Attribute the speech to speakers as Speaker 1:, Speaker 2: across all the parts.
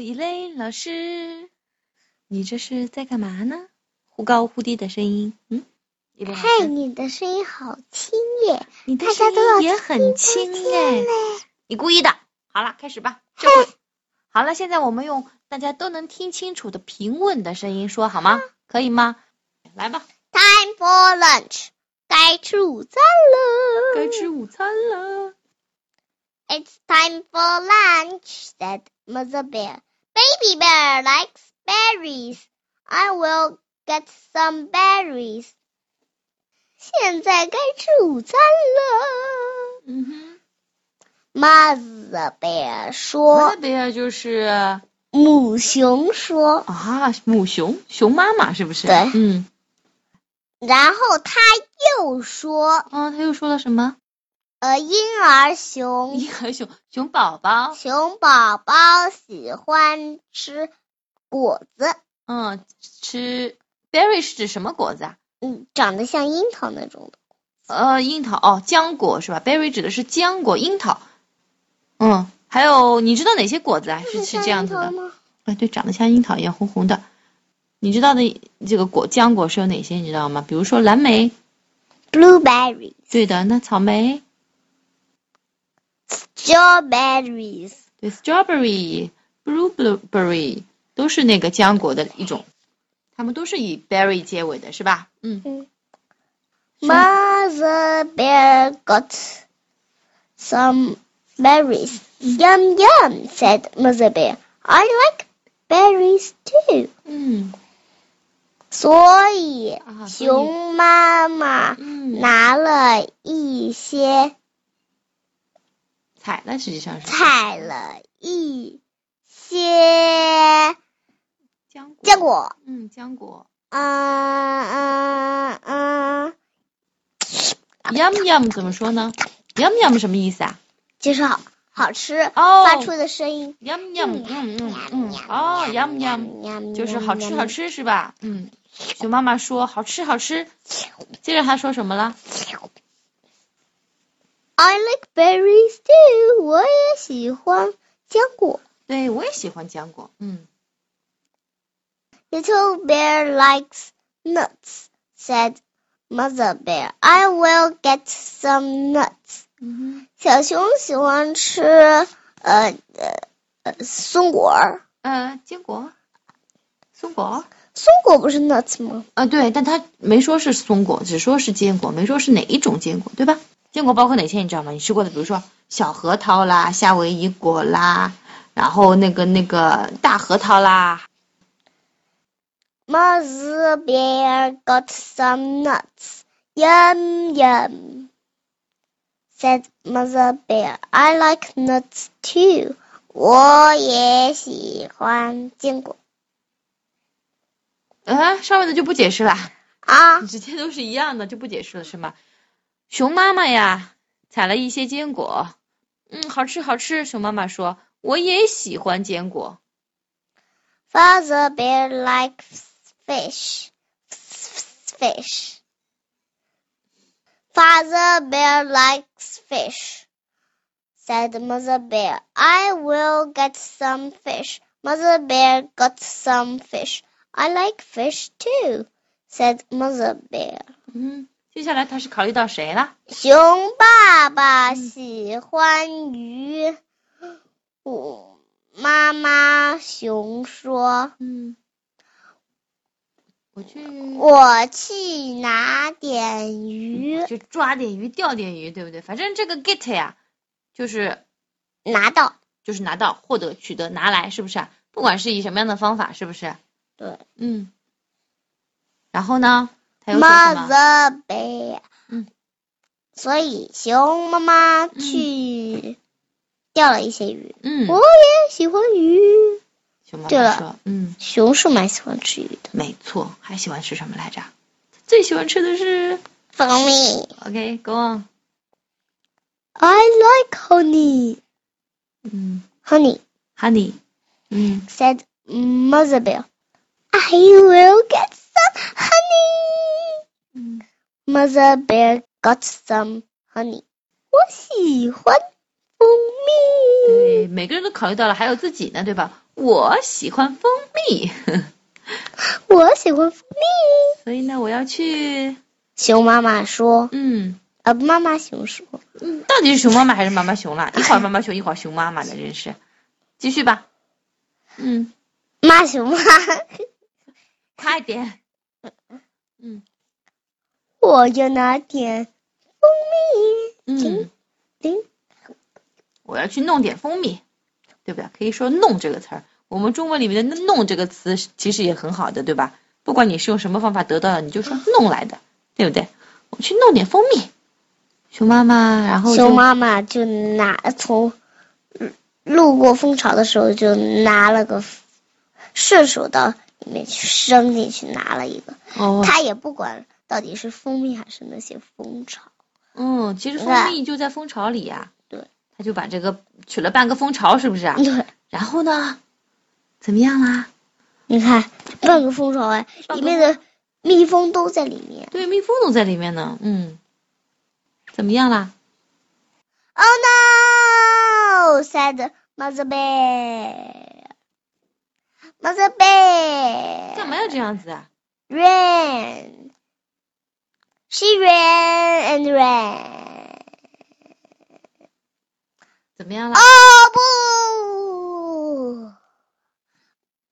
Speaker 1: 一类老师，你这是在干嘛呢？忽高忽低的声音，嗯，一类老
Speaker 2: 嗨，
Speaker 1: 师，
Speaker 2: 你的声音好轻耶，
Speaker 1: 你的
Speaker 2: 大家
Speaker 1: 声
Speaker 2: 都要
Speaker 1: 音也很轻哎，你故意的。好了，开始吧，这回好了，现在我们用大家都能听清楚的平稳的声音说好
Speaker 2: 嗯
Speaker 1: 吗？可以吗？来吧，
Speaker 2: Time for lunch，该吃午餐了。
Speaker 1: 该吃午餐了。
Speaker 2: It's time for lunch, said Mother Bear. Baby Bear likes berries. I will get some berries. 现在该吃午餐了。
Speaker 1: 嗯哼，
Speaker 2: Mother Bear 说
Speaker 1: 那，边就是。
Speaker 2: 母熊说，
Speaker 1: 啊，母熊，熊妈妈是不是？
Speaker 2: 对
Speaker 1: 嗯，
Speaker 2: 然后他又说，
Speaker 1: 啊，他又说了什么？
Speaker 2: 呃，婴儿熊
Speaker 1: 婴儿熊，熊宝宝，
Speaker 2: 熊宝宝喜欢吃果子，
Speaker 1: 嗯，吃 berry 是指什么果子啊？
Speaker 2: 嗯，长得像樱桃那种的。
Speaker 1: 呃，樱桃哦，浆果是吧？berry 指的是浆果，樱桃。嗯，还有你知道哪些果子啊？是吃这样子
Speaker 2: 像
Speaker 1: 的
Speaker 2: 樱？桃吗？
Speaker 1: 哎，对，长得像樱桃一样红红的。你知道的这个果浆果是有哪些？你知道吗？比如说蓝莓，
Speaker 2: blueberries,
Speaker 1: 对的，那草莓，
Speaker 2: strawberries,
Speaker 1: 对，strawberry、blueberry 都是那个浆果的一种，它们都是以 berry 结尾的，是吧？嗯，
Speaker 2: mother bear got some berries. Yum yum, said mother bear. I like berries too.
Speaker 1: 嗯，
Speaker 2: 所以
Speaker 1: 啊，所以
Speaker 2: 熊妈妈
Speaker 1: 嗯，
Speaker 2: 拿了一些，
Speaker 1: 采了实际上是
Speaker 2: 采了一些
Speaker 1: 浆果，
Speaker 2: 坚，果。
Speaker 1: 嗯，浆果
Speaker 2: 嗯嗯嗯，
Speaker 1: ，yum yum 怎么说呢？yum yum 什么意思啊？
Speaker 2: 就是好好吃，
Speaker 1: 哦
Speaker 2: 发出的声音。
Speaker 1: ，yum yum，嗯嗯嗯，哦，yum yum 就是好吃好。吃是吧？嗯，熊妈妈说好吃好吃，接着她说什么了？
Speaker 2: I like berries too，我也喜欢坚果。
Speaker 1: 对我也喜欢浆果，嗯
Speaker 2: Little bear likes nuts, said mother bear. I will get some nuts.
Speaker 1: 嗯
Speaker 2: 小熊喜欢吃呃呃呃松果儿，
Speaker 1: 哼，呃，坚果，松果。
Speaker 2: 松果不是 nuts 吗？
Speaker 1: 啊，对，但他没说是松果，只说是坚果，没说是哪一种坚果，对吧？坚果包括哪些你知道吗？你吃过的，比如说小核桃啦、夏威夷果啦，然后那个那个大核桃啦。
Speaker 2: Mother bear got some nuts. Yum yum, said Mother bear. I like nuts too. 我也喜欢坚果
Speaker 1: 啊，上面的就不解释了，
Speaker 2: 啊。
Speaker 1: 直接都是一样的，就不解释了是吗？熊妈妈呀，采了一些坚果，嗯，好吃好吃。熊妈妈说，我也喜欢坚果。
Speaker 2: Father bear likes fish. Fish. Father bear likes fish. Said Mother Bear, I will get some fish. Mother Bear got some fish. I like fish too, said Mother Bear.
Speaker 1: 嗯，接下来他是考虑到谁了？
Speaker 2: 熊爸爸喜欢 鱼。我妈妈熊说。
Speaker 1: 嗯，我去。
Speaker 2: 我去拿点鱼，
Speaker 1: 就抓点鱼钓点鱼，对不对？反正这个 get 呀，就是
Speaker 2: 拿到。
Speaker 1: 就是拿到、获得、取得、拿来，是不是啊？不管是以什么样的方法，是不是？
Speaker 2: 对，
Speaker 1: 嗯。然后呢？他又说什么？
Speaker 2: Mother bear。
Speaker 1: 嗯。
Speaker 2: 所以熊妈妈去钓了一些鱼，
Speaker 1: 嗯，
Speaker 2: 我也喜欢鱼。
Speaker 1: 熊妈
Speaker 2: 哦对
Speaker 1: 妈
Speaker 2: 了
Speaker 1: 说，嗯，
Speaker 2: 熊是蛮喜欢吃鱼的，
Speaker 1: 没错，还喜欢吃什么来着？最喜欢吃的是
Speaker 2: 蜂蜜。
Speaker 1: OK，go on，
Speaker 2: I like honey.
Speaker 1: 嗯
Speaker 2: Honey
Speaker 1: ，honey，嗯
Speaker 2: said Mother bear. I will get some honey.
Speaker 1: 嗯，
Speaker 2: Mother Bear got some honey。我喜欢蜂蜜。
Speaker 1: 对，每个人都考虑到了，还有自己呢，对吧？我喜欢蜂蜜，
Speaker 2: 我喜欢蜂蜜。
Speaker 1: 所以呢，我要去，
Speaker 2: 熊妈妈说
Speaker 1: 嗯，：“
Speaker 2: 呃，妈妈熊说，
Speaker 1: 嗯到底是熊妈妈还是妈妈熊啦？一会儿妈妈熊，一会儿熊妈妈的，真是。继续吧，嗯，
Speaker 2: 妈熊妈，
Speaker 1: 快点，嗯
Speaker 2: 我就拿点蜂
Speaker 1: 嗯，
Speaker 2: 蜜。零
Speaker 1: 我要去弄点蜂蜜，对不对？可以说“弄”这个词儿，我们中文里面的“弄”这个词是其实也很好的，对吧？不管你是用什么方法得到的，你就说“弄来的”，对不对？我去弄点蜂蜜，熊妈妈，然后就
Speaker 2: 熊妈妈就拿从嗯路过蜂巢的时候，就拿了个顺手到里面去扔进去，拿了一个。
Speaker 1: 哦，
Speaker 2: 她也不管到底是蜂蜜还是那些蜂巢。
Speaker 1: 嗯，其实
Speaker 2: 对
Speaker 1: 蜂蜜就在蜂巢里呀、
Speaker 2: 对，
Speaker 1: 他就把这个取了半个蜂巢，是不是啊？
Speaker 2: 对，
Speaker 1: 然后呢，怎么样啦？
Speaker 2: 你看半个蜂巢哎，
Speaker 1: 半
Speaker 2: 里
Speaker 1: 个
Speaker 2: 面的蜜蜂都在里面。
Speaker 1: 对，蜜蜂都在里面呢，嗯，怎么样啦？
Speaker 2: Oh no! said Mother Bear. Mother
Speaker 1: 干
Speaker 2: Bear
Speaker 1: 嘛要这样子啊？
Speaker 2: ran. She ran and ran.
Speaker 1: 怎么样
Speaker 2: 啊
Speaker 1: 啦？
Speaker 2: 哦不！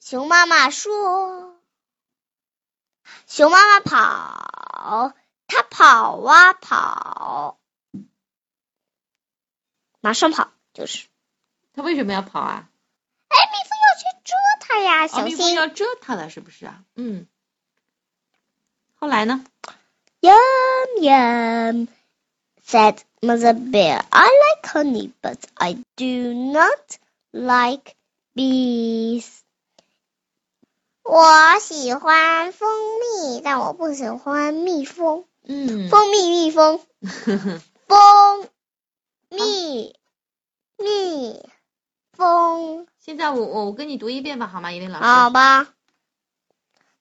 Speaker 2: 熊妈妈说：“熊妈妈跑，它跑啊跑，马上跑就是。
Speaker 1: 他为什么要跑啊？
Speaker 2: 哎，蜜蜂要去捉它呀，
Speaker 1: 哦，
Speaker 2: 小
Speaker 1: 蜜蜂
Speaker 2: 心！
Speaker 1: 要蛰它了，是不是啊？嗯。后来呢？
Speaker 2: Yum yum," said Mother Bear. "I like honey, but I do not like bees." 我喜欢蜂蜜，但我不喜欢蜜蜂。
Speaker 1: 嗯，
Speaker 2: 蜂蜜蜜蜂，蜂蜜蜜蜂，
Speaker 1: 现在我我我跟你读一遍吧，好吗，依林老师、
Speaker 2: 好吧。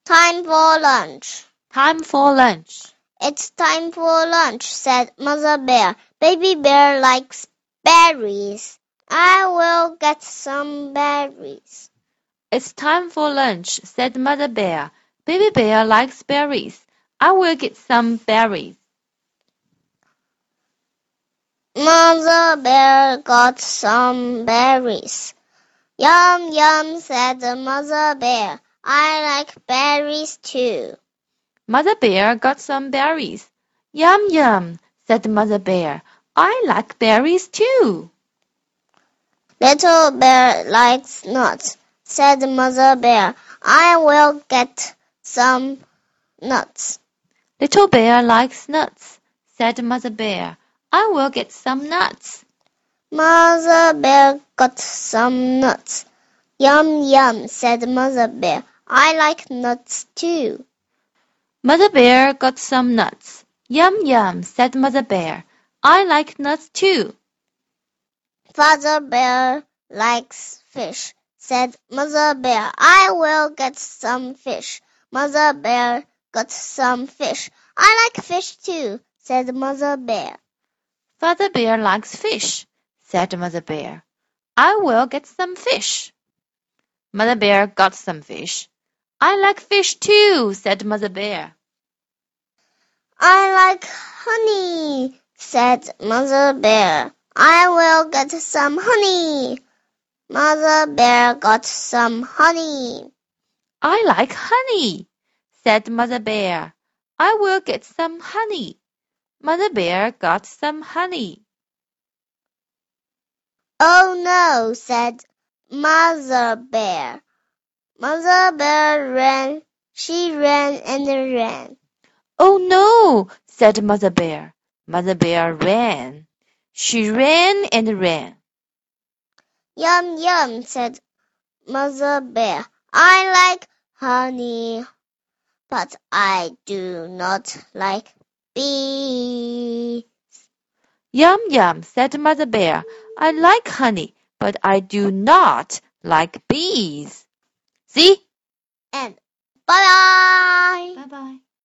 Speaker 2: Time for lunch.
Speaker 1: t i m e for lunch。
Speaker 2: It's time for lunch, said Mother Bear. Baby Bear likes berries. I will get some berries.
Speaker 1: It's time for lunch," said Mother Bear. "Baby Bear likes berries. I will get some berries."
Speaker 2: Mother Bear got some berries. Yum yum, said the Mother Bear. I like berries too.
Speaker 1: Mother Bear got some berries. "Yum yum," said Mother Bear. "I like berries too."
Speaker 2: Little Bear likes nuts, said Mother Bear. I will get some nuts.
Speaker 1: Little Bear likes nuts," said Mother Bear. "I will get some nuts."
Speaker 2: Mother Bear got some nuts. Yum yum, said Mother Bear. I like nuts too.
Speaker 1: Mother Bear got some nuts. "Yum yum," said Mother Bear. "I like nuts too."
Speaker 2: Father Bear likes fish, said Mother Bear. I will get some fish. Mother Bear got some fish. I like fish too, said Mother Bear.
Speaker 1: Father Bear likes fish, said Mother Bear. I will get some fish. Mother Bear got some fish. I like fish too, said Mother Bear.
Speaker 2: I like honey, said Mother Bear. I will get some honey. Mother Bear got some honey.
Speaker 1: I like honey, said Mother Bear. I will get some honey. Mother Bear got some honey.
Speaker 2: Oh no, said Mother Bear. Mother Bear ran. She ran and ran.
Speaker 1: Oh no, said Mother Bear. Mother Bear ran. She ran and ran.
Speaker 2: Yum yum, said Mother Bear. I like honey, but I do not like bees.
Speaker 1: Yum yum, said Mother Bear. I like honey, but I do not like bees. See?
Speaker 2: and bye bye.
Speaker 1: Bye bye.